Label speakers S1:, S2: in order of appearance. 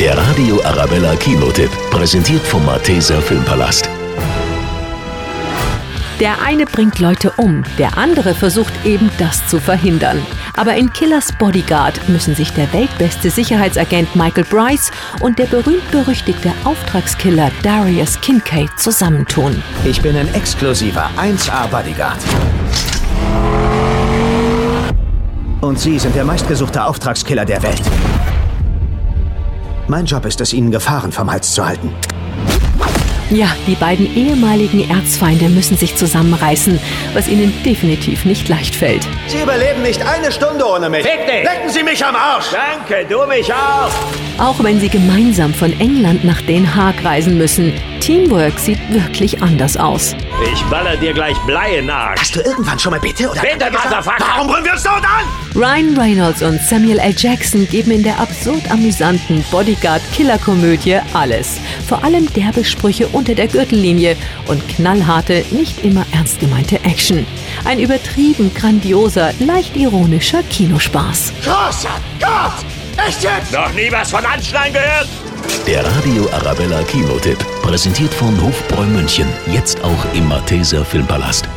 S1: Der Radio Arabella Kinotipp, präsentiert vom Malteser Filmpalast.
S2: Der eine bringt Leute um, der andere versucht eben das zu verhindern. Aber in Killers Bodyguard müssen sich der weltbeste Sicherheitsagent Michael Bryce und der berühmt-berüchtigte Auftragskiller Darius Kincaid zusammentun.
S3: Ich bin ein exklusiver 1A Bodyguard. Und Sie sind der meistgesuchte Auftragskiller der Welt. Mein Job ist es, Ihnen Gefahren vom Hals zu halten.
S2: Ja, die beiden ehemaligen Erzfeinde müssen sich zusammenreißen, was ihnen definitiv nicht leicht fällt.
S3: Sie überleben nicht eine Stunde ohne mich.
S4: Fick dich!
S3: Lecken Sie mich am Arsch!
S4: Danke, du mich auch.
S2: Auch wenn sie gemeinsam von England nach Den Haag reisen müssen, Teamwork sieht wirklich anders aus.
S4: Ich baller dir gleich Blei in den Arsch.
S3: Hast du irgendwann schon mal bitte oder?
S4: Bitte, Motherfucker!
S3: Warum brüllen wir uns dort an?
S2: Ryan Reynolds und Samuel L. Jackson geben in der absurd amüsanten Bodyguard-Killer-Komödie alles. Vor allem derbe Sprüche unter der Gürtellinie und knallharte, nicht immer ernst gemeinte Action. Ein übertrieben grandioser, leicht ironischer Kinospaß.
S3: Großer Gott! Echt jetzt?
S4: Noch nie was von Anschneiden gehört?
S1: Der Radio Arabella Kinotipp, präsentiert von Hofbräu München, jetzt auch im Malteser Filmpalast.